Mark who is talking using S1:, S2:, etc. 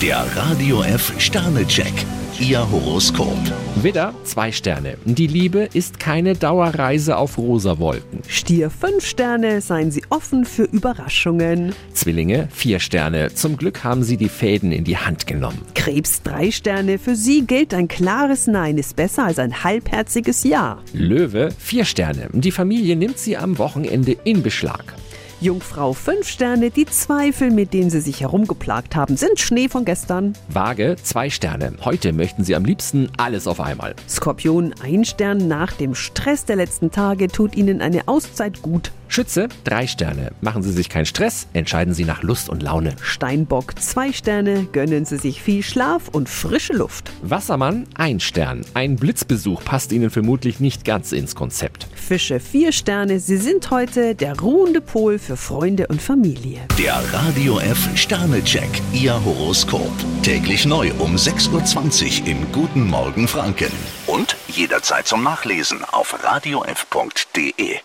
S1: Der Radio F Sternecheck, Ihr Horoskop.
S2: Widder, zwei Sterne. Die Liebe ist keine Dauerreise auf rosa Wolken.
S3: Stier 5 Sterne, seien Sie offen für Überraschungen.
S2: Zwillinge, vier Sterne. Zum Glück haben sie die Fäden in die Hand genommen.
S3: Krebs 3 Sterne, für Sie gilt ein klares Nein ist besser als ein halbherziges Ja.
S2: Löwe, vier Sterne. Die Familie nimmt sie am Wochenende in Beschlag.
S3: Jungfrau 5 Sterne, die Zweifel, mit denen Sie sich herumgeplagt haben, sind Schnee von gestern.
S2: Waage, zwei Sterne. Heute möchten sie am liebsten alles auf einmal.
S3: Skorpion 1 Stern, nach dem Stress der letzten Tage tut Ihnen eine Auszeit gut.
S2: Schütze, drei Sterne. Machen sie sich keinen Stress, entscheiden sie nach Lust und Laune.
S3: Steinbock 2 Sterne, gönnen Sie sich viel Schlaf und frische Luft.
S2: Wassermann, ein Stern. Ein Blitzbesuch passt ihnen vermutlich nicht ganz ins Konzept.
S3: Fische 4 Sterne, Sie sind heute der ruhende Pol für Freunde und Familie.
S1: Der Radio F Sternecheck, Ihr Horoskop. Täglich neu um 6.20 Uhr im Guten Morgen Franken. Und jederzeit zum Nachlesen auf radiof.de.